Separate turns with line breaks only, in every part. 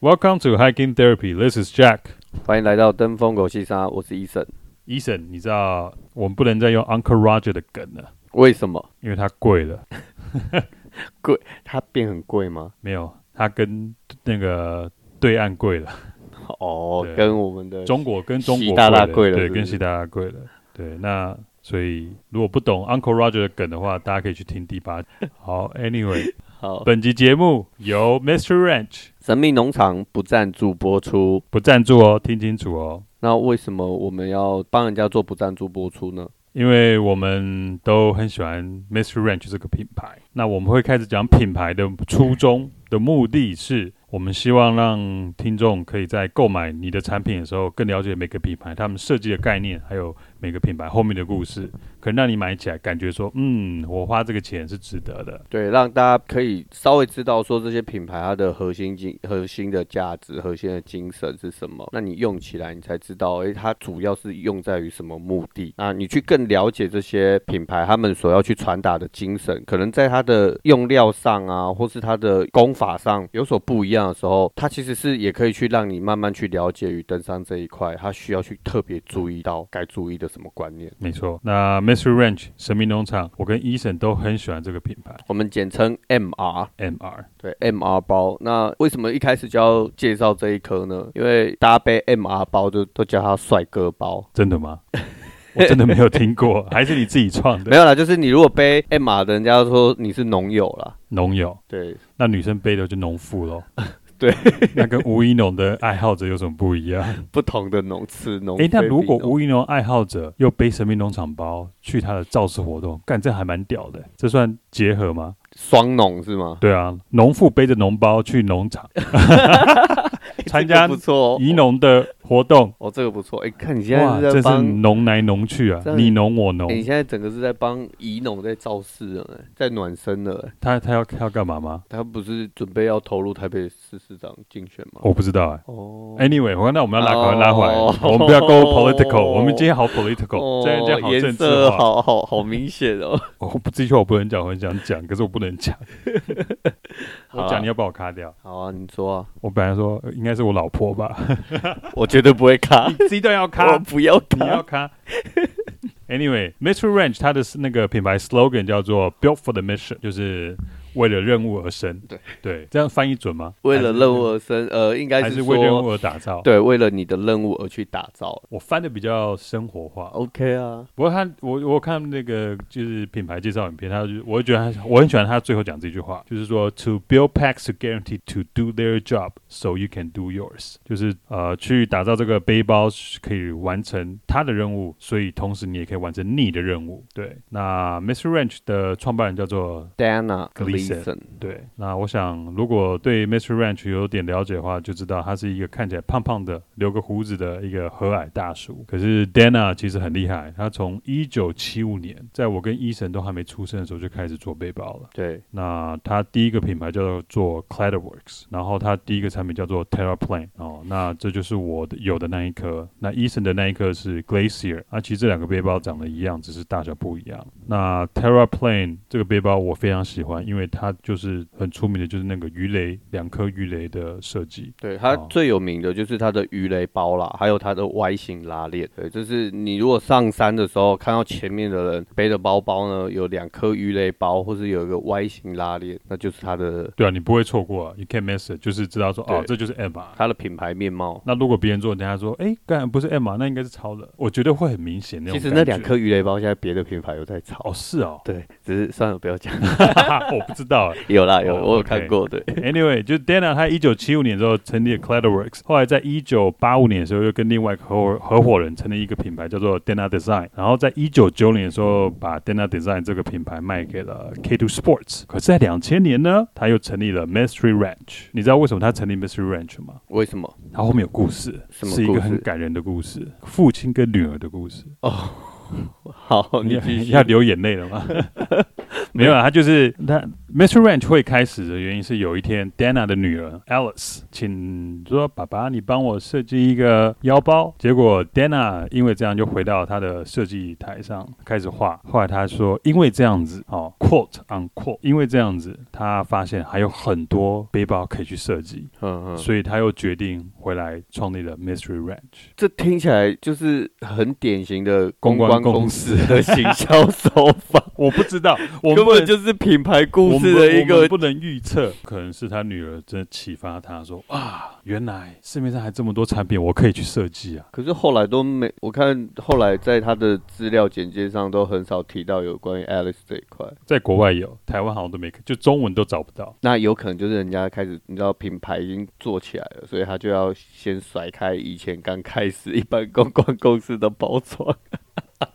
Welcome to Hiking Therapy. This is Jack.
欢迎来到登峰狗西沙，我是医生。
医生，你知道我们不能再用 Uncle Roger 的梗了，
为什么
因为它贵了。
它变很贵吗？
没有，它跟那个对岸贵了，
哦
对，
跟我们的
中国跟中国
习大大贵了
对，
是不是
跟习大大贵了。对，那所以如果不懂 Uncle Roger 的梗的话，大家可以去听第八集。好，Anyway，
好
本集节目由 Mr. Ranch
神秘农场不赞助播出。
不赞助哦，听清楚哦。
那为什么我们要帮人家做不赞助播出呢？
因为我们都很喜欢 Mystery Ranch 这个品牌，那我们会开始讲品牌的初衷的目的是，我们希望让听众可以在购买你的产品的时候，更了解每个品牌他们设计的概念，还有每个品牌后面的故事，可能让你买起来感觉说，嗯，我花这个钱是值得的。
对，让大家可以稍微知道说这些品牌它的核心精、核心的价值、核心的精神是什么。那你用起来，你才知道，诶，它主要是用在于什么目的。那你去更了解这些品牌他们所要去传达的精神，可能在它的用料上啊，或是它的功法上有所不一样的时候，它其实是也可以去让你慢慢去了解于登山这一块，它需要去特别注意到该注意的什么观念。
没错，那 Mystery Ranch 神秘农场，我跟 Eason 都很喜欢这个品牌
我们简称 MR。
MR。
对，MR 包。那为什么一开始就要介绍这一颗呢？因为大家背 MR 包就都叫它帅哥包。
真的吗？我真的没有听过，还是你自己创
没
的
有啦，就是你如果背 MR 的，人家说你是农友啦。
农友？
对，。
那女生背的就农妇喽
对，
那跟吴一农的爱好者有什么不一样？
不同的农吃农。
嗯诶，那如果
非比农
吴一农爱好者又背神秘农场包去他的造势活动，干这还蛮屌的，这算结合 吗？
双农是吗？
对啊，农妇背着农包去农场参
这
加
个不错哦，
移农的活动，
哦，这个不错。哎，看 你现
哇，
在是
真
在
是
帮。
农来农去啊
这，样
你农我农
哎，，你现在整个是在帮怡农在造势了、哎在暖身了、哎
他他要他要干嘛吗？
他不是准备要投入台北市市长竞选吗？
我不知道哎、
哦，
Anyway，我那我们要拉
哦
回拉回来，我们不要 go political，、
哦
我们今天好 political，、
哦
这样讲好
颜
政
色
治化。
好好好明显哦。
我不的确我不能讲，我很想讲，可是我不能讲。
好啊
我讲你要把我卡掉。
好啊，你说啊，
我本来说呃应该是我老婆 吧，
我绝对不会卡，
这一段要
我
卡，
不要
你要
卡。
卡。Anyway，Metro Ranch 它的那个品牌 slogan 叫做 “Built for the Mission”，就是为了任务而生。
对
对，这样翻译准吗？
为了任务而生，呃，应该
还是
是
为任务
说，
而打造？
对，为了你的任务而去打造。
我翻的比较生活化。
OK 啊，
不过他，我我看那个就是品牌介绍影片，他就我就觉得他我很喜欢他最后讲这句话，就是说 “To build packs to guarantee to do their job, so you can do yours”，就是呃去打造这个背包是可以完成他的任务，所以同时你也可以完成你的任务。对，那 Mr. Ranch 的创办人叫做
Dana
Gleason
Gleason，
对，那我想如果对 Mr. Ranch 有点了解的话，就知道他是一个看起来胖胖的、留个胡子的一个和蔼大叔。可是 Dana 其实很厉害，他从一九七五年，在我跟医生都还没出生的时候就开始做背包了。
对，
那他第一个品牌叫做 Cladworks，然后他第一个产品叫做 TerraPlane 哦，那这就是我的有的那一颗，那 Eason 的那一颗是 Glacier，那、其实这两个背包长得一样，只是大小不一样。那 TerraPlane 这个背包我非常喜欢，因为它就是很出名的，就是那个鱼雷两颗鱼雷的设计。
对，它
哦
最有名的就是它的鱼雷包啦，还有它的 Y 型拉链。对，就是你如果上山的时候看到前面的人背的包包呢，有两颗鱼雷包，或是有一个 Y 型拉链，那就是它的
对啊，你不会错过、啊、，You can't miss it，就是知道说哦，这
对
就是 M 啊。
它的品牌面貌。
那如果别人做，人家说，哎，刚才不是 M 啊，那应该是超了，我觉得会很明显那种
其
感觉。
实那两颗鱼雷包现在别的品牌有在炒，
哦，，是哦
对，只是算了，不要讲。
我不知道哎。
有啦，有，
哦
我有
OK
看过，对，
Anyway，就是 Dana 他一九七五年的时候成立了 Cladworks，后来在一九八五年的时候又跟另外一个合伙合伙人成立一个品牌叫做 Dana Design，然后在一九九零的时候把 Dana Design 这个品牌卖给了 K2 Sports。可是，在两千年呢，他又成立了 Mystery Ranch。你知道为什么他成立 Mystery Ranch 吗？
为什么？
他后面有故事，
什么
是一
故
个
事
很感人的故事，父亲跟女儿的故事。
好，你继
你
续嗯
要。流眼泪了吗？没有啊，他就是他 Mr. Ranch 会开始的原因是有一天 Dana 的女儿 Alice 请说：“爸爸，你帮我设计一个腰包。”结果 Dana 因为这样就回到她的设计台上开始画。后来她说：“因为这样子，哦，quote on quote，因为这样子，她发现还有很多背包可以去设计，
嗯嗯，
所以她又决定回来创立了 Mystery Ranch。
这听起来就是很典型的公
关
关
公
公
司
司 的行销手法，
我不 知道，我们
根
不能
本就是品牌
我
故
们
事
不
的一
我
个
们不能预测，可能是他女儿真的启发他说啊，原来市面上还这么多产品，我可以去设计啊。
可是后来都没，我看后来在他的资料简介上都很少提到有关于 Alice 这一块。
在国外有，台湾好像都没看，就中文都找不到。
那有可能就是人家开始，你知道品牌已经做起来了，所以他就要先甩开以前刚开始一般公关公司的包装。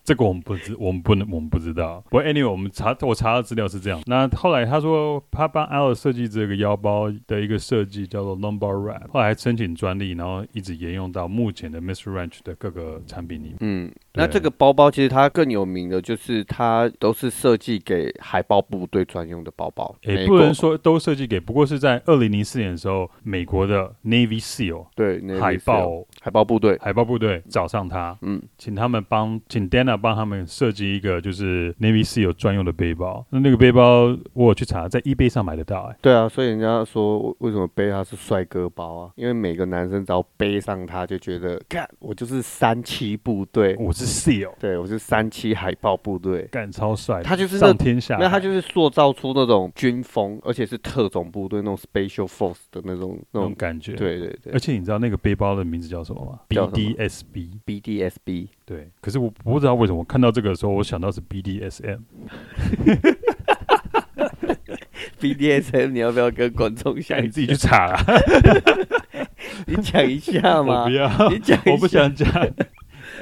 这个我们不知，我们不能，我们不知道。不过 anyway，我们查我查到资料是这样。那后来他说，他帮 L 设计这个腰包的一个设计叫做 Lombard Wrap，后来还申请专利，然后一直沿用到目前的 Mr. Ranch 的各个产品里面。
嗯，
对啊
那这个包包其实它更有名的就是它都是设计给海豹部队专用的包包。
也
美
不
国
能说都设计给，不过是在二零零四年的时候，美国的 Navy SEAL
对，那个
海
是
豹
海豹部队。
海豹部队找上他，
嗯，
请他们帮，请 Dana 帮他们设计一个就是 Navy SEAL 专用的背包。那那个背包我有去查，在 eBay 上买得到、哎，
对啊，所以人家说为什么背它是帅哥包啊？因为每个男生只要背上它，就觉得干我就是三七部队，
我是 SEAL，
对我是三七海豹部队。
干超帅的，
他就是那
上天下海，
那他就是塑造出那种军风，而且是特种部队那种 special force 的那种那
那种
种。
感觉。，
对对对
而且你知道那个背包的名字叫什么吗
叫什么
？BDSB。
，BDSB
对，可是我不知道为什么，我看到这个的时候，我想到是 BDSM。
BDSM，你要不要跟观 众
哎，
讲？
你自己去，查啦，
你讲一下
我
嘛
不。要。
你讲，
我不。想讲。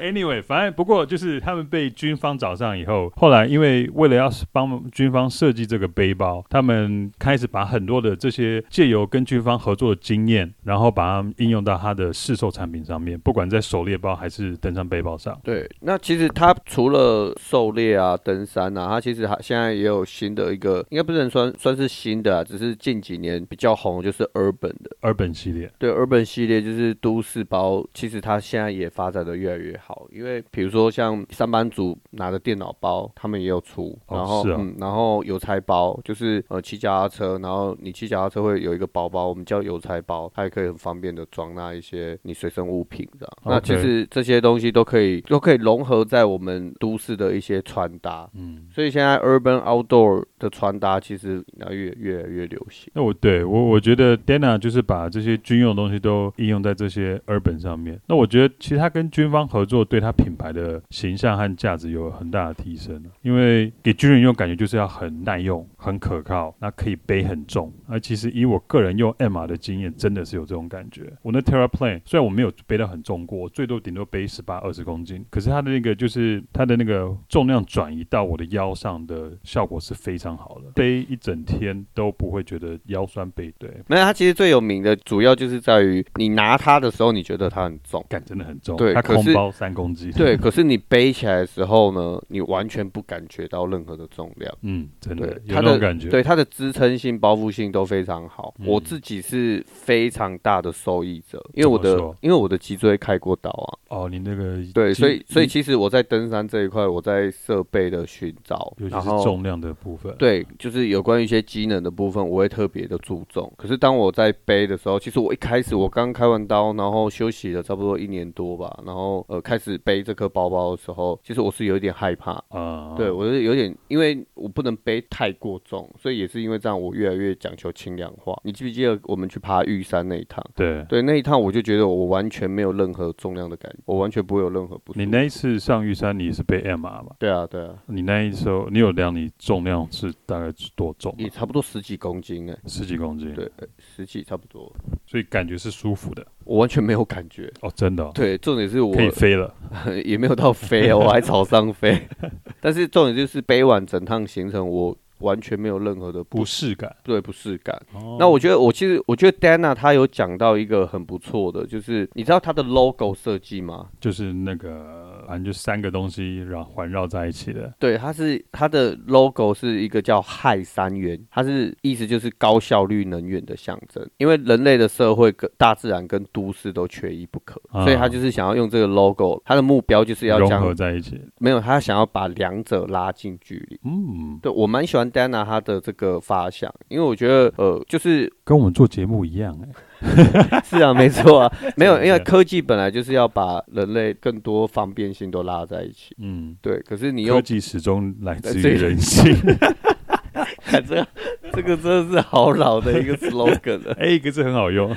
Anyway，反正不过就是他们被军方找上以后，后来因为为了要帮军方设计这个背包，他们开始把很多的这些借由跟军方合作的经验，然后把它们应用到他的市售产品上面，不管在狩猎包还是登山背包上。
对，那其实它除了狩猎啊、登山啊，它其实还现在也有新的一个，应该不能算算是新的、啊，只是近几年比较红，就是 Urban 的。
二本系列，
对 Urban 系列就是都市包，其实它现在也发展的越来越好，因为比如说像上班族拿的电脑包，他们也有出，
哦
然后、
是啊
嗯，然后邮差包就是呃骑脚踏车，然后你骑脚踏车会有一个包包，我们叫邮差包，它也可以很方便的装纳一些你随身物品这样。那
OK
其实这些东西都可以都可以融合在我们都市的一些穿搭，
嗯，
所以现在 Urban Outdoor 的穿搭其实呃越越来越流行。
那我对我我觉得 Dana 就是把这些军用的东西都应用在这些 urban 上面。那我觉得其实他跟军方合作，对他品牌的形象和价值有很大的提升啊因为给军人用，感觉就是要很耐用、很可靠，那可以背很重。而其实以我个人用 M R 的经验，真的是有这种感觉。我那 Terra Plane 虽然我没有背到很重过，我最多顶多背十八二十公斤，可是它的那个就是它的那个重量转移到我的腰上的效果是非常好的，背一整天都不会觉得腰酸背对，，
没有，它其实最有名的主要就是在于你拿它的时候，你觉得它很重
感真的很重。
对
它
可是
空包三公斤。
对，，可是你背起来的时候呢，你完全不感觉到任何的重量。
嗯，真的
对
有
它
那
的
种感觉。
对它的支撑性、包覆性都非常好，
嗯
我自己是非常大的受益者，因为我的
怎么说
因为我的脊椎开过刀啊，
哦，你那个
对，
肌
所以所以其实我在登山这一块，我在设备的寻找，
尤其
然
是
后
重量的部分。
对，就是有关于一些机能的部分，我会特别的注重。可是当我在背的时候，其实我一开始我刚开完刀，然后休息了差不多一年多吧，然后呃开始背这颗包包的时候，其实我是有一点害怕，
啊，
对我是有点，因为我不能背太过重，所以也是因为这样，我越来越讲求轻量化。你记不记得我们去爬玉山那一趟？
对。
对，那一趟我就觉得我完全没有任何重量的感觉，我完全不会有任何不舒服。
你那一次上玉山，你是背 M R 吧？
对啊，对啊，
你那一时候，你有量你重量是大概是多重啊？
也差不多十几公斤哎、
十几公斤，
对，十几差不多，
所以感觉是舒服的
我完全没有感觉。
哦，真的哦、
对，重点是我
可以飞了。
也没有到飞哦，我还朝上飞。 但是重点就是背完整趟行程，我完全没有任何的
不
不适
适感。
对不适感。
哦
那我觉得，我其实我觉得 Dana 她有讲到一个很不错的，就是你知道她的 logo 设计吗？
就是那个反正就三个东西然后环绕在一起的。
对，它是它的 logo 是一个叫氦三元，它是意思就是高效率能源的象征。因为人类的社会跟大自然跟都市都缺一不可，
啊
所以他就是想要用这个 logo，他的目标就是要
融合
将
在一起，
没有他想要把两者拉近距离。
嗯，
对我蛮喜欢 Dana 他的这个发想，因为我觉得呃，就是
跟我们做节目一样哎、
是啊，没 错啊，没有，
是
因为科技本来就是要把人类更多方便性都拉在一起。
嗯，
对，可是你又
科技始终来自于
来自于
人性。
看 这个，这个真的是好老的 一个 slogan 了。
哎、可是很好 用。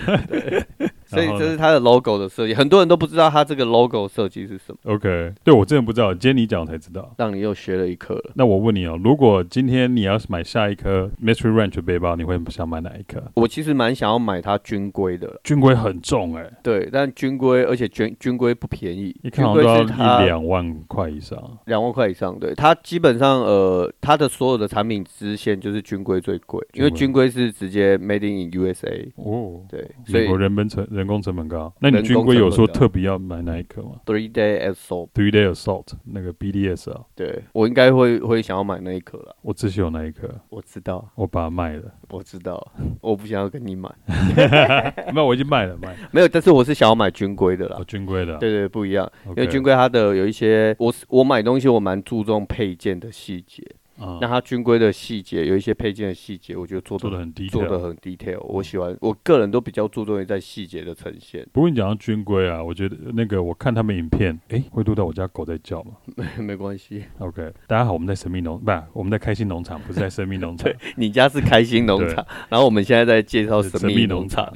所以
然后
这
呢
是它的 logo 的设计，很多人都不知道它这个 logo 设计是什么，
OK，对我真的不知道，今天你讲我才知道。
让你又学了一课了。
那我问你哦，如果今天你要是买下一颗 Mystery Ranch 的背包，你会想买哪一颗？
我其实蛮想要买它军规的啦，
军规很重哎、
对，但军规而且军军规不便宜，
一
军
看好像
规
都要
是它
一两万块以上。
两万块以上，对它基本上呃，它的所有的产品支线就是军规最贵，因为
军
军规是直接 made in USA，
哦，
对，所
美
以
国人本成人工成本高，那你军规
人
有
工成本高
说特别要买哪一颗吗
three day assault，
？Three Day Assault 那个 BDS 啊，
对我应该会会想要买那一颗啦。
我只是有那一颗，
我知道，
我把它卖 了。
我知道，我不想要跟你买，
没有，我已经卖了，卖了。
没有，但是我是想要买军规的啦
哦，。军规的啊，
对对，不一样，因
OK，
为军规它的有一些，我是我买东西我蛮注重配件的细节，
啊
那它军规的细节有一些配件的细节，我觉得做
做的
的
很低
做
调
的很 detail，我喜欢，我个人都比较注重于在细节的呈现，
不过你讲到军规啊，我觉得那个我看他们影片，诶，会录到我家狗在叫吗
没关系，
？OK，大家好，我们在神秘农，不，我们在开心农场，不是在神秘农 场，
你家是开心农场，然后我们现在在介绍
是
神
神
秘
农
农场，。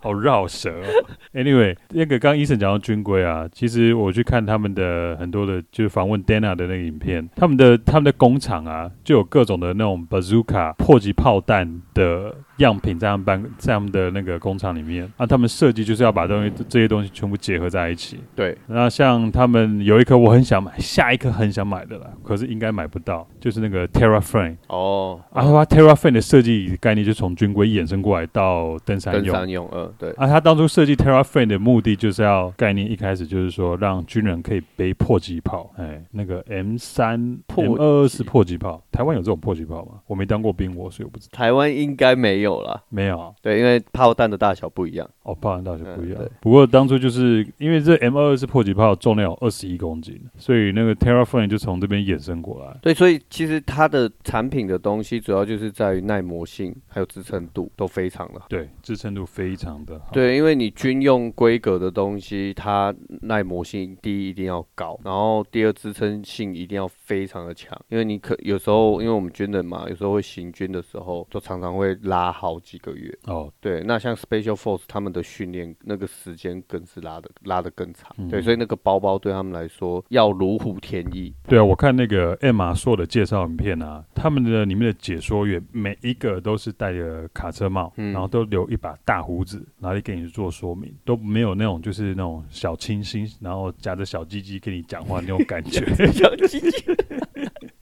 好绕舌、哦。Anyway，那个刚刚医生讲到军规啊，其实我去看他们的很多的，就是访问 Dana 的那个影片，他们的他们的工厂啊，就有各种的那种 bazooka 迫击炮弹的样品在他们办在他们的那个工厂里面啊，他们设计就是要把东西这些东西全部结合在一起。
对，
那像他们有一颗我很想买，下一颗很想买的啦，可是应该买不到，就是那个 TerraFrame。
哦，
啊，它 TerraFrame 的设计概念就从军规衍生过来到登山
登
用。
山用，嗯，对，
啊，他当初设计 TerraFrame 的目的就是要概念一开始就是说让军人可以背迫击炮，哎，那个 M 三
迫
M 二二四迫击炮，台湾有这种迫击炮吗？我没当过兵，我所以我不知道。
台湾应该没有啦，
没有啊，
对，因为炮弹的大小不一样，
哦，炮弹大小不一样。
嗯对
不过当初就是因为这 M 二二四迫击炮重量有二十一公斤，所以那个 TerraFrame 就从这边衍生过来。
对，所以其实它的产品的东西主要就是在于耐磨性还有支撑度都非常的好。
对，支撑度非常的好。，
对，因为你军用规格的东西，它耐磨性第一一定要高，然后第二支撑性一定要非常的强，因为你可有时候因为我们军人嘛，有时候会行军的时候，就常常会拉好几个月。
哦，
对，那像 Special Force 他们的训练那个时间更是拉的拉的更长，
嗯
对，所以那个包包对他们来说要如虎添 翼，
对啊，我看那个艾玛硕的介绍影片啊，他们的里面的解说员每一个都是戴着卡车帽，
嗯
然后都留一把大胡子，哪里给你做说明，都没有那种就是那种小清新，然后夹着小鸡鸡跟你讲话那种感 觉。
小鸡鸡。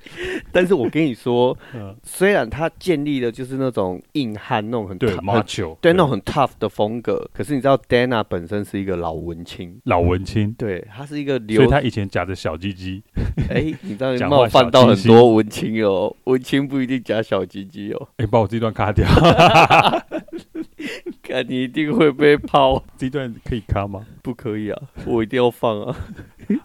但是我跟你说，
嗯
虽然它建立的就是那种硬汉那种很
对，
tough-
马
很
球，
对那种很 tough 的风格，可是你知道 Dana 本身是一个老文青，
老文青，
对他是一个
所以
流
他以前夹着小鸡鸡，
哎，你这样
讲
冒
话小
犯到
清
很
新
多文青哦，文青不一定夹小鸡鸡哦，
哎，把我这段卡掉，
看你一定会 被泡，
这段可以卡吗？
不可以啊，我一定要放啊。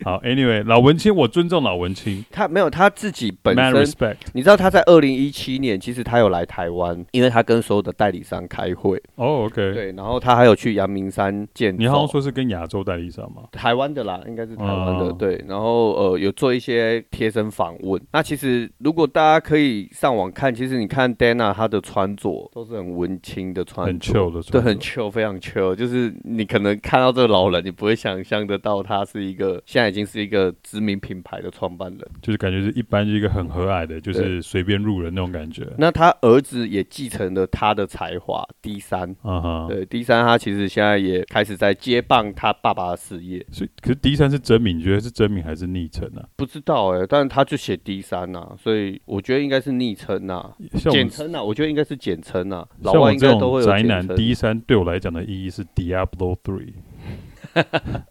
好，Anyway，老文青，我尊重老文青
他没有他自己本
，Man
身
respect。
你知道他在二零一七年，其实他有来台湾，因为他跟所有的代理商开会，
哦，OK，
对，然后他还有去阳明山见。
你好像说是跟亚洲代理商吗？
台湾的啦，应该是台湾的，
哦
对。然后呃，有做一些贴身访问。那其实如果大家可以上网看，其实你看 Dana 她的穿着都是很文青的穿
很
着。
chill 的，
对，很 chill，非常 chill，就是你可能看到这个老人，你不会想象得到他是一个现在已经是一个知名品牌的创办人。
就是感觉是一般是一个很和蔼的，就是随便路人那种感觉。
那他儿子也继承了他的才华，D 三，
啊哈，
对，D 三他其实现在也开始在接棒他爸爸的事业，
所以可是第三是真名，你觉得是真名还是啊昵称呢？
不知道哎、但是他就写 D 三呐、所以我觉得应该是昵称呐，
像我
简
们
称啊呐，我觉得应该是简称呐、老
像我
外应
这
该都
种
会有
宅
简
男
称。
，D 三对我来讲的意义是 Diablo Three。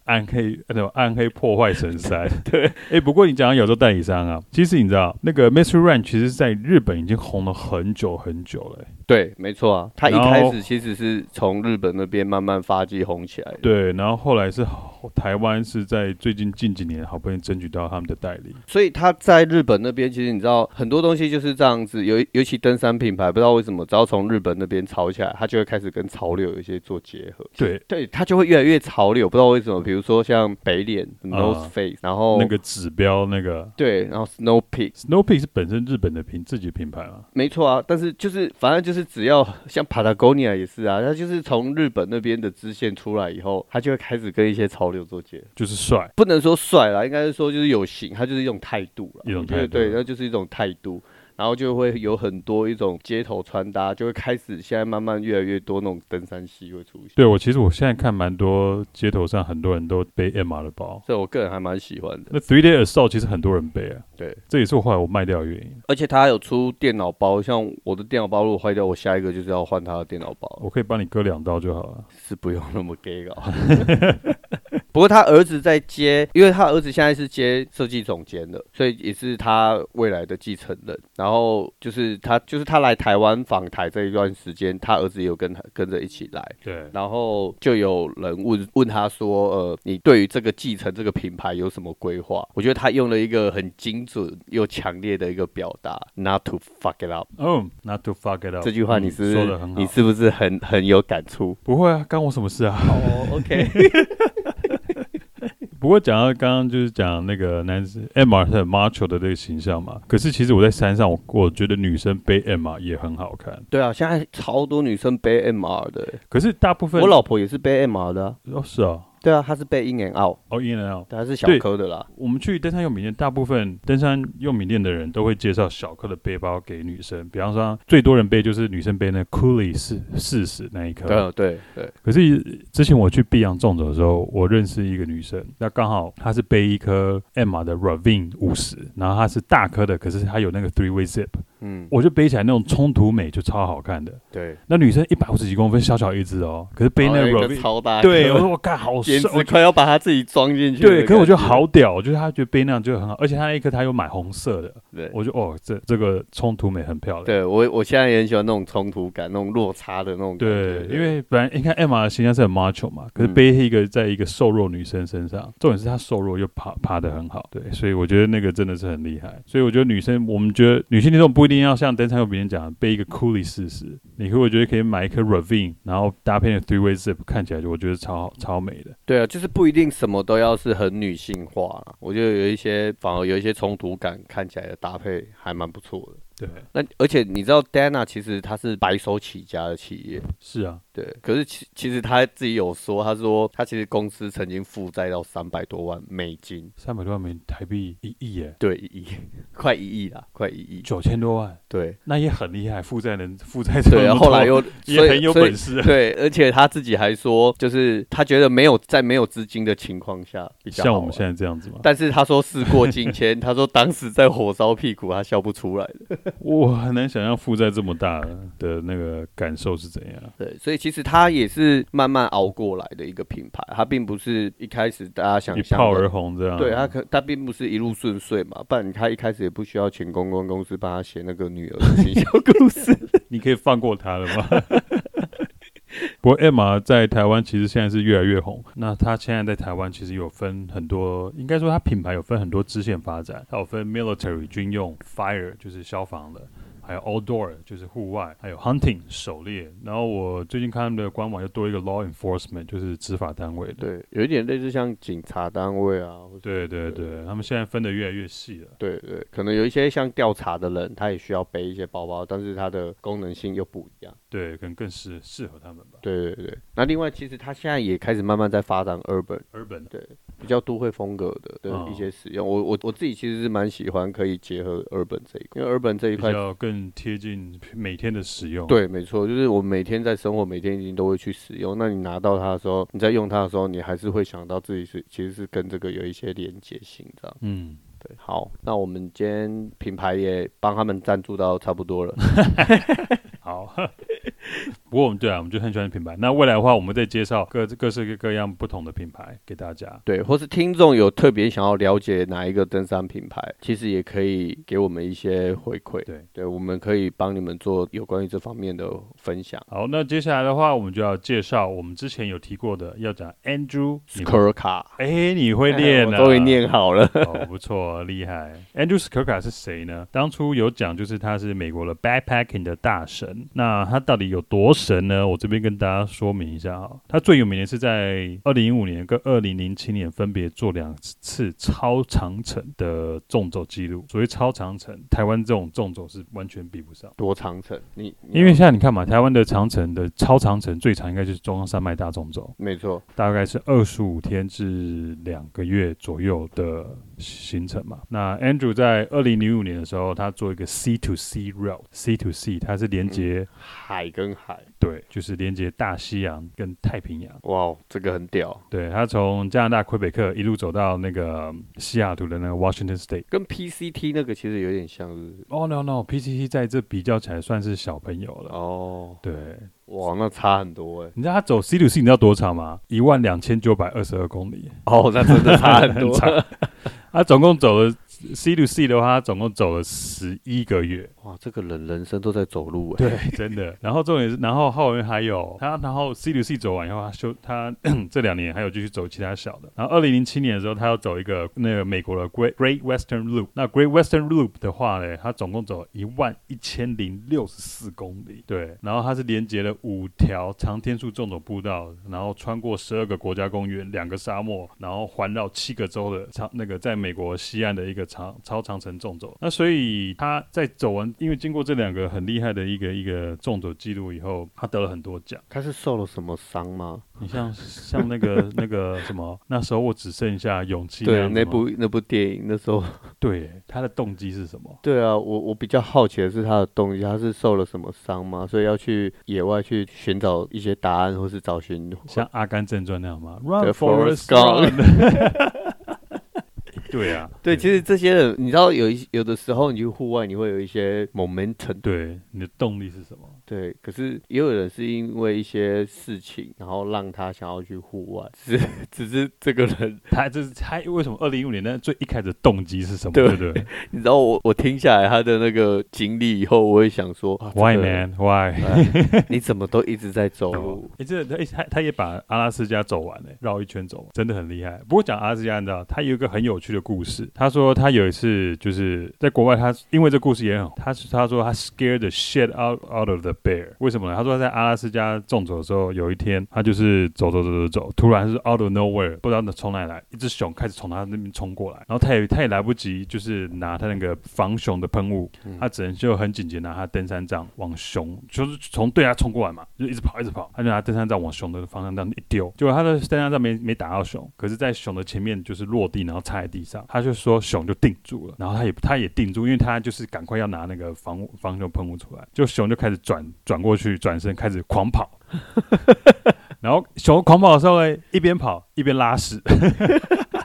暗黑呃对吧暗黑破坏神 山。对，哎、不过你讲到有洲代理商啊，其实你知道那个 Mystery Ranch 其实在日本已经红了很久很久了、欸
对，没错啊，他一
然后
开始其实是从日本那边慢慢发迹红起来的。
对，然后后来是台湾是在最近近几年好不容易争取到他们的代理。
所以他在日本那边，其实你知道很多东西就是这样子，尤尤其登山品牌，不知道为什么，只要从日本那边炒起来，它就会开始跟潮流有一些做结合。
对，
对，它就会越来越潮流，不知道为什么，比如说像北脸、North Face，、然
啊
后
那个指标那个
对，然后 Snow Peak，
Snow Peak 是本身日本的品自己品牌嘛？
没错啊。但是就是反正就是只要像 Patagonia 也是啊，它就是从日本那边的支线出来以后，它就会开始跟一些潮流做结合。
就是帅，
不能说帅啦，应该是说就是有型，它就是一种态度了。
一种
我觉得
态度
对，那就是一种态度。然后就会有很多一种街头穿搭，就会开始现在慢慢越来越多那种登山系会出现，
对我其实我现在看蛮多街头上很多人都背 MR 的包，
所以我个人还蛮喜欢的。
那 Three Day Assault 其实很多人背啊，
对，
这也是我后来我卖掉的原因。
而且它还有出电脑包，像我的电脑包如果坏掉，我下一个就是要换它的电脑包了，
我可以帮你割两刀就好了。
是不用那么 gay 搞。 不过他儿子在接，因为他儿子现在是接设计总监的，所以也是他未来的继承人。然后就是他，就是他来台湾访台这一段时间，他儿子也有跟他跟着一起来。
对，
然后就有人问问他说，呃，你对于这个继承这个品牌有什么规划？我觉得他用了一个很精准又强烈的一个表达，not to fuck it up。
嗯、n o t to fuck it up。
这句话你是不
嗯
是、
说的很好，
你是不是很很有感 触？
不会啊，干我什么事啊？
哦、o k
不过讲到刚刚就是讲那个男子 M R 很 macho 的这个形象嘛，可是其实我在山上，我我觉得女生背 M R 也很好看。
对啊，现在超多女生背 MR 的欸，
可是大部分
我老婆也是背 MR 的啊、
哦是啊，
对啊，她是背 In and Out，
哦 in and out。
她是小
对
颗的啦。
我们去登山用品店，大部分登山用品店的人都会介绍小颗的背包给女生，比方说最多人背就是女生背那 Cooley 四四十那一颗，
对啊对对，
可是之前我去碧阳纵走的时候，我认识一个女生，那刚好她是背一颗 Emma 的 Ravine 五十，然后她是大颗的，可是她有那个 three way zip，
嗯，
我就背起来那种冲突美就超好看的。
对，
那女生一百五十几公分，小小一只哦，可是背那
然后有一个
Ravine，
超大颗，
对， 我说我干好
简
瘦，
直快要把她自己装进去的感
对，
觉。
可是我觉得好屌，就是她觉得背那样就很好，而且她那一颗她有买红色的，
对。
我就哦这这个冲突美很漂亮。
对我，我现在也很喜欢那种冲突感、那种落差的那种
对
感
嗯
觉。，
因为本来你看 Emma 的形象是很 macho 嘛，可是背一个在一个瘦弱女生身上，重点是她瘦弱又爬爬得很好，对，所以我觉得那个真的是很厉害。所以我觉得女生，我们觉得女性听众不一定要像登山有别人讲的背一个 Cooley 四十，你可我觉得可以买一颗 Ravine，然后搭配那 Three Way Zip，看起来就我觉得超好超美的。
对啊，就是不一定什么都要是很女性化啦。我觉得有一些反而有一些冲突感，看起来的搭配还蛮不错的。
对，
那而且你知道，Dana 其实她是白手起家的企业，
是啊，
对。可是其其实她自己有说，她说她其实公司曾经负债到三百多万美金，
三百多万美台币一亿耶，
对，一亿， 快一亿啦，快一亿，
九千多万，
对
那也很厉害，负债能负债这
对。然
么
后
多
后来又
也
所以
很有
所以
本事啊，
对，而且他自己还说，就是他觉得没有在没有资金的情况下比较好
像我们
玩
现在这样子嘛。
但是他说事过境迁，他说当时在火烧屁股，他笑不出来的。
我很难想象负债这么大的那个感受是怎样。
对，所以其实他也是慢慢熬过来的一个品牌，他并不是一开始大家想
一
象
炮
的
而红这样，
对他可他并不是一路顺遂嘛，不然他一开始也不需要请公关公司帮他写那个女儿的形象故事。
你可以放过他了吗？ 不过 Emma 在台湾其实现在是越来越红。那她现在在台湾其实有分很多，应该说她品牌有分很多支线发展，它有分 military 军用、fire 就是消防的，还有 outdoor 就是户外，还有 hunting 狩猎。然后我最近看他们的官网又多一个 law enforcement 就是执法单位的。
对，有一点类似像警察单位啊，或者
对对对，他们现在分的越来越细了。
对对，可能有一些像调查的人，他也需要背一些包包，但是它的功能性又不一样。
对，可能更适适合他们吧。
对对对，那另外其实他现在也开始慢慢在发展 urban。
urban
比较都会风格的的
嗯
一些使用。我我我自己其实是蛮喜欢可以结合 urban 这一块，因为 urban 这一
比
块，
较更贴近每天的使用。，
对，没错，就是我每天在生活，每天一定都会去使用。那你拿到它的时候，你在用它的时候，你还是会想到自己是其实是跟这个有一些连接性这样。
嗯，
对，好，那我们今天品牌也帮他们赞助到差不多了。
好。 不过我们对啊，我们就很喜欢品牌。那未来的话，我们再介绍各各式各样不同的品牌给大家。
对，或是听众有特别想要了解哪一个登山品牌，其实也可以给我们一些回馈。
对，
对，我们可以帮你们做有关于这方面的分享。
好，那接下来的话，我们就要介绍我们之前有提过的，要讲 Andrew
s k u r k a
哎、你会念啊？
终于念好了。
哦，不错，厉害。Andrew s k i r k a 是谁呢？当初有讲，就是他是美国的 backpacking 的大神。那他到底有多神呢？我这边跟大家说明一下哈。他最有名的是在二零一五年跟二零零七年分别做两次超长程的纵走记录。所谓超长程，台湾这种纵走是完全比不上。
多长城，你你
因为现在你看嘛，台湾的长城的超长城最长应该就是中央山脉大纵走，
没错，
大概是二十五天至两个月左右的行程嘛。那 Andrew 在二零零五年的时候，他做一个 C to C road，C to C，它是连接、
海跟海，
对，就是连接大西洋跟太平洋。
哇哦，这个很屌，
对他从加拿大魁北克一路走到那个嗯西雅图的那个 Washington State。
跟 PCT 那个其实有点像是不是
哦、no no，PCT 在这比较起来算是小朋友了。
哦，
对，
哇，那差很多哎、
你知道他走 C to C 你知道多长吗？一万两千九百二十二公里。
哦，那真的差很多，
长。他总共走了 C to C 的话，他总共走了十一个月，
哇，这个人人生都在走路哎、
对，真的。然后重点是，然后后面还有他，然后 C to C 走完以后，他休他这两年还有继续走其他小的。然后二零零七年的时候，他要走一个那个美国的 Great Great Western Loop。那 Great Western Loop 的话呢，他总共走一万一千零六十四公里，对。然后它是连接了五条长天数纵走步道，然后穿过十二个国家公园、两个沙漠，然后环绕七个州的长那个在美国西岸的一个长超长城纵走。那所以他在走完，因为经过这两个很厉害的一个一个纵走记录以后，他得了很多奖。
他是受了什么伤吗？
你像像那个那个什么，那时候我只剩下勇气
对，啊
样子
那
吗
部那部电影那时候，
对他的动机是什么？
对啊，我我比较好奇的是他的动机，他是受了什么伤吗？所以要去野外去寻找一些答案，或是找寻
像《阿甘正传》那样吗？Run
The
Forest
Forest
Gump。对啊，
对，其实这些人，你知道有一有的时候，你去户外，你会有一些 momentum，
对你的动力是什么？
对。可是也有人是因为一些事情，然后让他想要去户外，只是只是这个人，
他这是他为什么二零一五年那最一开始的动机是什么？对
对
不 对
你知道我我听下来他的那个经历以后，我也想说啊这
？Why
个
man? Why？
哎你怎么都一直在走 路？
哎，这哎他他也把阿拉斯加走完了，绕一圈走完，真的很厉害。不过讲阿拉斯加，你知道他有一个很有趣的故事。他说他有一次就是在国外，他因为这故事也很红，他是他说他 scared the shit out out of the bear。为什么呢？他说他在阿拉斯加纵走的时候，有一天他就是走走走走走，突然是 out of nowhere，不知道从哪里来，一只熊开始从他那边冲过来，然后他也他也来不及就是拿他那个防熊的喷雾，他只能就很紧急拿他登山杖往熊，就是从对他冲过来嘛，就一直跑一直跑，他就拿登山杖往熊的方向这样一丢，结果他的登山杖没没打到熊，可是在熊的前面就是落地，然后插在地上，他就说熊就定住了，然后他也他也定住，因为他就是赶快要拿那个防防熊喷雾出来，就熊就开始转转过去，转身开始狂跑。 然后熊狂跑的时候呢，一边跑一边拉屎，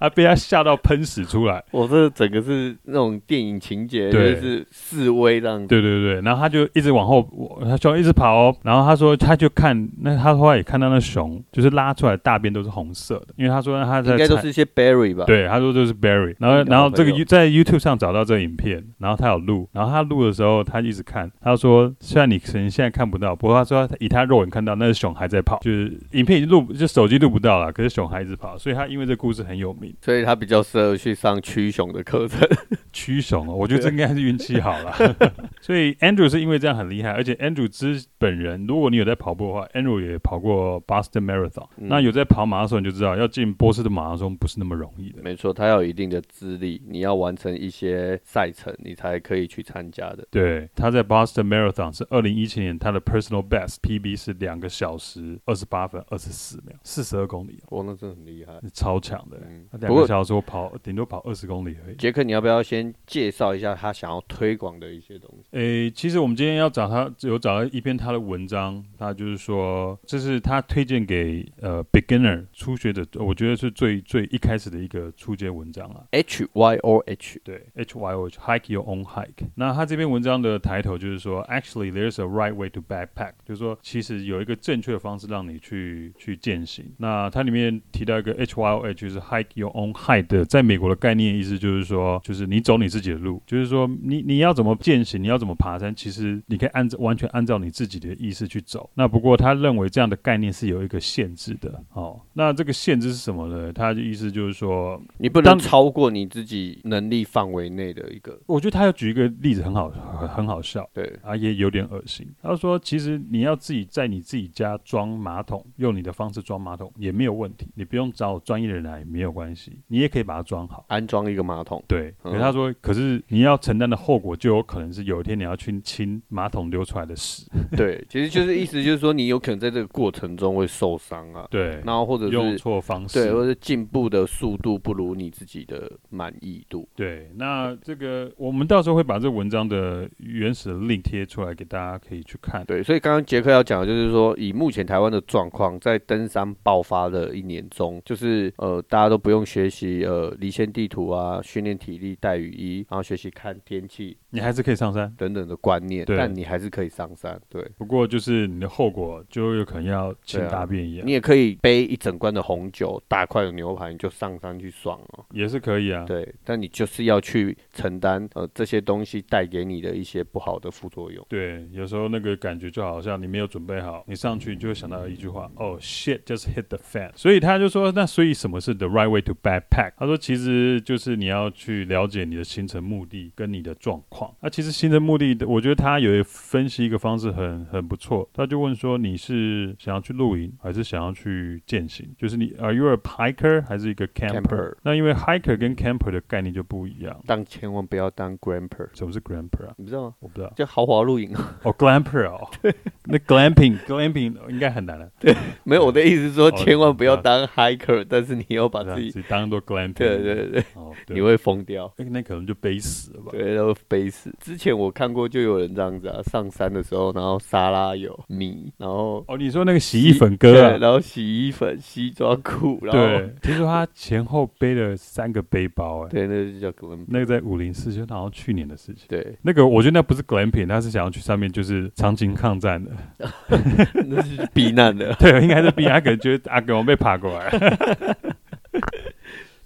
他被他吓到喷屎出来，
我这整个是那种电影情节，就
对
是示威这样子。
对对对，然后他就一直往后，我他熊一直跑哦。然后他说，他就看那他后来也看到那熊，就是拉出来大便都是红色的，因为他说他在
应该都
踩
是一些 berry 吧？，
对，他说这是 Barry，然后
嗯
然后这个
好朋
You- 在 YouTube 上找到这个影片，然后他有录，然后他录的时候他一直看，他说虽然你可能现在看不到，不过他说他以他肉眼看到那个熊还在跑，就是影片已经录就手机录不到了，可是熊还一直跑，所以他因为这故事很有名。
所以他比较适合去上驱熊的课程。
驱熊哦，我觉得这应该是运气好了。所以 Andrew 是因为这样很厉害，而且 Andrew 之本人，如果你有在跑步的话，Andrew 也跑过 Boston Marathon，、
嗯
那有在跑马拉松你就知道，要进波士顿马拉松不是那么容易的。
没错，他要有一定的资历，你要完成一些赛程，你才可以去参加的。
对，他在 Boston Marathon 是二零一七年他的 personal best PB 是两个小时二十八分二十四秒，四十二公里哦，哦
哇，那真的很厉害。
超强的。
嗯，
两
不过
个小时我跑顶多跑二十公里而已。
杰克，你要不要先介绍一下他想要推广的一些东西？
诶，其实我们今天要找他，有找到一篇他的文章，他就是说，这是他推荐给呃 beginner 初学者，我觉得是最最一开始的一个初阶文章啊。
H Y O H，
对，H Y O hike your own hike。那他这篇文章的抬头就是说，actually there's a right way to backpack，就是说其实有一个正确的方式让你去去践行。那它里面提到一个 H Y O H，就是 hike your own hike 的，在美国的概念意思就是说，就是你走你自己的路，就是说你你要怎么践行，你要怎么爬山，其实你可以按照完全按照你自己的意思去走。那不过他认为这样的概念是有一个限制的哦。那这个限制是什么呢？他的意思就是说，
你不能
当
超过你自己能力范围内的一个。
我觉得他要举一个例子很好很好笑。
对，
啊，也有点恶心。他说，其实你要自己在你自己家装马桶，用你的方式装马桶也没有问题，你不用找专业的人来也没有关系，你也可以把它装好。
安装一个马 桶。
对，
嗯
可是他说，可是你要承担的后果就有可能是有一天你要去清马桶流出来的屎。
对，其实就是意思就是说，你有可能在这个过程中会受伤啊，
对，
然后或者
用
是
错方式。
对，或者是进步的速度不如你自己的满意度。
对，那这个我们到时候会把这文章的原始的 link 贴出来给大家可以去看。
对，所以刚刚杰克要讲的就是说，以目前台湾的状况，在登山爆发的一年中，就是呃，大家都不用学习呃离线地图啊，训练体力、带雨衣，然后学习看天气
你还是可以上山，
等等的观念，
对
但你还是可以上山。对，
不过就是你的后果就有可能要清
对啊
大便一样
你，也可以背一整罐的红酒，大块的牛排，你就上山去爽哦。
也是可以啊。
对，但你就是要去承担呃这些东西带给你的一些不好的副作用。
对，有时候那个感觉就好像你没有准备好，你上去就会想到一句话，哦、shit，just hit the fan。所以他就说，那所以什么是 the right way to backpack？他说，其实就是你要去了解你的行程目的跟你的状况。那、其实行程目的，我觉得他有分析一个方式很很不错。他就问说，你是想要去露营，还是想要去践行？就是你 are you a hiker 还是一个 camper？,
Camper
那因为 hiker 跟 camper 的概念就不一样。
但千万不要当 gramper，
什么是 gramper 啊？
你知道吗？
我不知道。
就豪华露营啊，
哦，glamper 哦，那 glamping glamping 应该很难了，
没有我的意思是说，
哦
千万不要当 hiker，但是你要把
是吧
自己，
己当做 glamping，
对对对对，
哦，
你
对，
会疯掉，
那那可能就背死了吧。
对，然后背死。之前我看过就有人这样子啊，上山的时候，然后沙拉油、米，然后
哦，你说那个洗衣粉哥
对
啊，
然后洗衣粉、西装裤，然后
对，听说他前后背了三个背包，哎，
对，那就叫 gramper，
那个在五零四，就好像去年的事情。
对，
那个我觉得那不是 glamping，他是想要去上面就是长期抗战的，
那是避 难的。
对，应该是比他可能觉得阿狗被爬过来。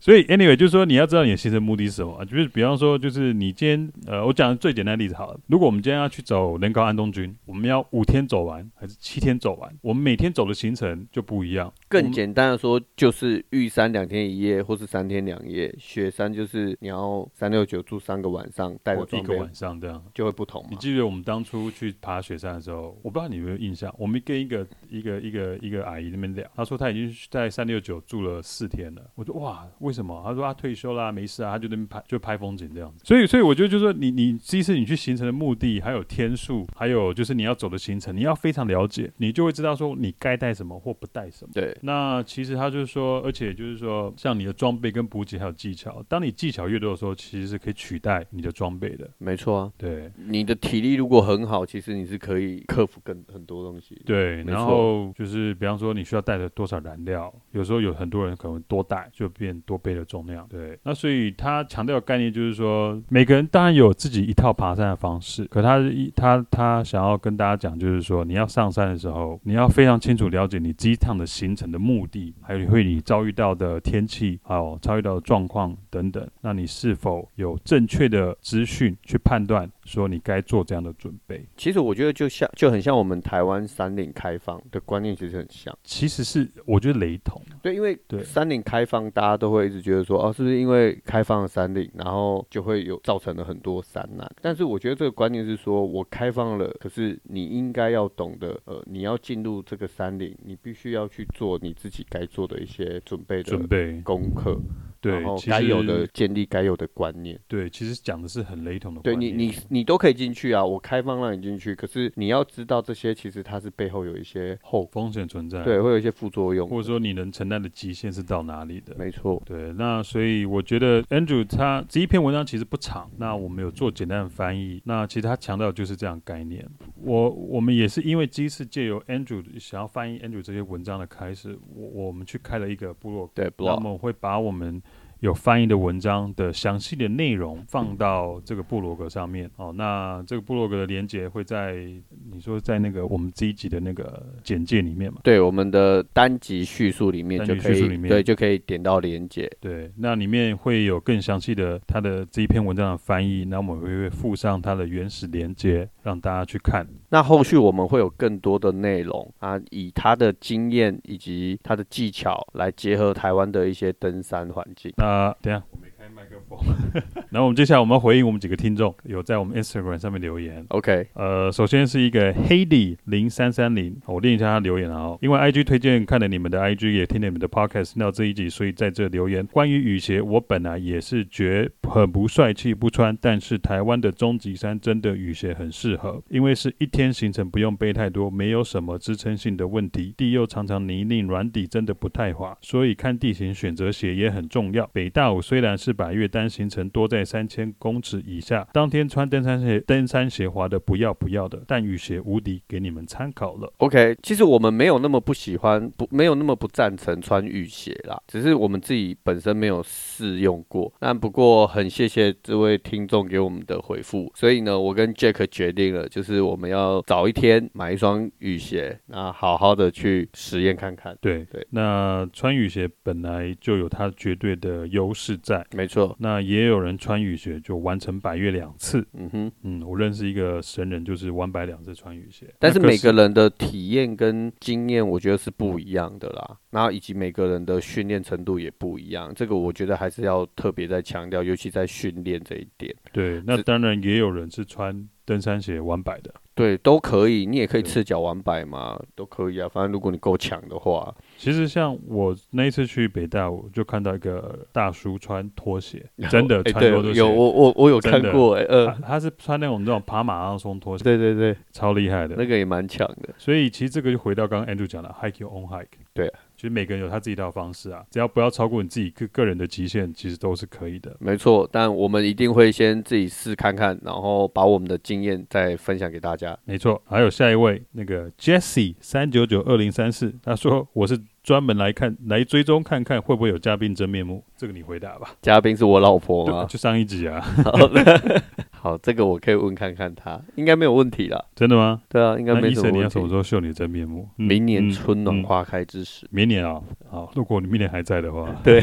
所以，anyway，就是说你要知道你的行程目的是什么，啊就是比方说，就是你今天，呃，我讲最简单的例子好了。如果我们今天要去走人高安东军，我们要五天走完还是七天走完？我们每天走的行程就不一样。我
更
们
简单的说，就是玉山两天一夜，或是三天两夜；雪山就是你要三六九住三个晚上，带着
我一
装
个
备
晚上这样。
就会不同
你
嘛。
记得我们当初去爬雪山的时候，我不知道你有没有印象，我们跟一个一个一个一个阿姨那边聊，她说她已经在三六九住了四天了。我说哇，为什么？她说她退休啦，没事啊，她就在那边拍就拍风景这样子。所以所以我觉得就是说你你第一次你去行程的目的，还有天数，还有就是你要走的行程，你要非常了解，你就会知道说你该带什么或不带什么。
对，
那其实他就是说，而且就是说，像你的装备跟补给还有技巧，当你技巧越多的时候，其实是可以取代你的装备的。
没错啊。
对，
你的体力如果很好，其实你是可以克服更很多东西。
对，
没
然
错
后就是比方说你需要带的多少燃料，有时候有很多人可能多带就变多倍的重量。对，那所以他强调的概念就是说，每个人当然有自己一套爬山的方式，可他一他他想要跟大家讲就是说，你要上山的时候，你要非常清楚了解你这一趟的行程的目的，还有你会你遭遇到的天气，还有遭遇到的状况等等，那你是否有正确的资讯去判断说你该做这样的准备？
其实我觉得就像就很像我们台湾山林开放的观念，其实很像。
其实是我觉得雷同。
对，因为
对
山林开放，大家都会一直觉得说，哦，是不是因为开放了山林，然后就会有造成了很多山难？但是我觉得这个观念是说，我开放了，可是你应该要懂得，呃，你要进入这个山林，你必须要去做你自己该做的一些准备的
准备
功课。
对
然后，
其
该有
实
的建立该有的观念。
对，其实讲的是很雷同的
对
观
你，
念
你你都可以进去啊，我开放让你进去，可是你要知道这些其实它是背后有一些后果，
风险存在，
对，，会有一些副作用
或。者说你能承担的极限是到哪里的。
没错，
对，那所以我觉得 Andrew 他这一篇文章其实不长，那我们有做简单的翻译。那其实他强调的就是这样的概念。我我们也是因为这一次借由 Andrew 想要翻译 Andrew 这些文章的开始，我我们去开了一个部落格，
对
那
，blog，
么会把我们有翻译的文章的详细的内容放到这个部落格上面哦。那这个部落格的连接会在你说在那个我们这一集的那个简介里面嘛？
对我们的单集叙述里面
单
就
集
可
叙述
以
里，面
对，就可以点到连接。
对，那里面会有更详细的他的这一篇文章的翻译，那我们会附上它的原始连接，让大家去看。
那后续我们会有更多的内容啊，以他的经验以及他的技巧来结合台湾的一些登山环境。
那等一下。我没开麦克风。 然后我们接下来我们要回应我们几个听众有在我们 Instagram 上面留言，
OK，
呃，首先是一个 Hedy 零三三零，我念一下他留言啊哦。因为 IG 推荐看了你们的 IG，也听了你们的 Podcast，听到这一集，所以在这留言。关于雨鞋，我本来也是觉很不帅气不穿，但是台湾的终极山真的雨鞋很适合，因为是一天行程不用背太多，没有什么支撑性的问题，地又常常泥泞，软底真的不太滑，所以看地形选择鞋也很重要。北大五虽然是把越单行程多在三千公尺以下，当天穿登山鞋，登山鞋滑的不要不要的，但雨鞋无敌，给你们参考了。
OK，其实我们没有那么不喜欢，不没有那么不赞成穿雨鞋啦，只是我们自己本身没有试用过。那不过很谢谢这位听众给我们的回复，所以呢，我跟 Jack 决定了，就是我们要早一天买一双雨鞋，那好好的去实验看看。
对
对
那穿雨鞋本来就有它绝对的优势在。
没错，
那也有人穿雨鞋就完成百越两次，
嗯哼。
嗯，我认识一个神人，就是完百两次穿雨鞋。
但是
那可
每个人的体验跟经验，我觉得是不一样的啦。然后以及每个人的训练程度也不一样，这个我觉得还是要特别在强调，尤其在训练这一点。
对，那
只
当然也有人是穿登山鞋完百的。
对，都可以，你也可以
对
赤脚玩百嘛，都可以啊。反正如果你够强的话，
其实像我那一次去北大，我就看到一个大叔穿拖 鞋， 真的
哎
穿
对
拖鞋，
有我我我有看
真的
过、哎，
他
呃，
他是穿那种那种爬马拉松拖鞋，
对对对，
超厉害的。
那个也蛮强的。
所以其实这个就回到刚刚 Andrew 讲的，hike your own hike。
对，
其实每个人有他自己一套方式啊，只要不要超过你自己个个人的极限，其实都是可以的。
没错，但我们一定会先自己试看看，然后把我们的经验再分享给大家。
没错，还有下一位那个 Jesse 三九九二零三四，他说我是专门来看来追踪看看会不会有嘉宾真面目，这个你回答吧。
嘉宾是我老婆
对，
吗？
就上一集啊，
好的， 好，这个我可以问看看他，应该没有问题啦。
真的吗？
对啊，应该
那
没
医
什么
生，你
问
要什么
题。
时候秀你的真面目？嗯
明年
嗯
春哦暖
嗯
花开之时，
明年啊，好，如果你明年还在的话，
对，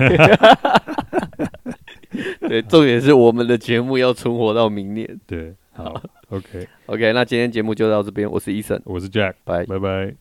对，重点是我们的节目要存活到明年。
对，好，OK，
OK，那今天节目就到这边，我是医生，
我是 Jack，
拜。
拜拜。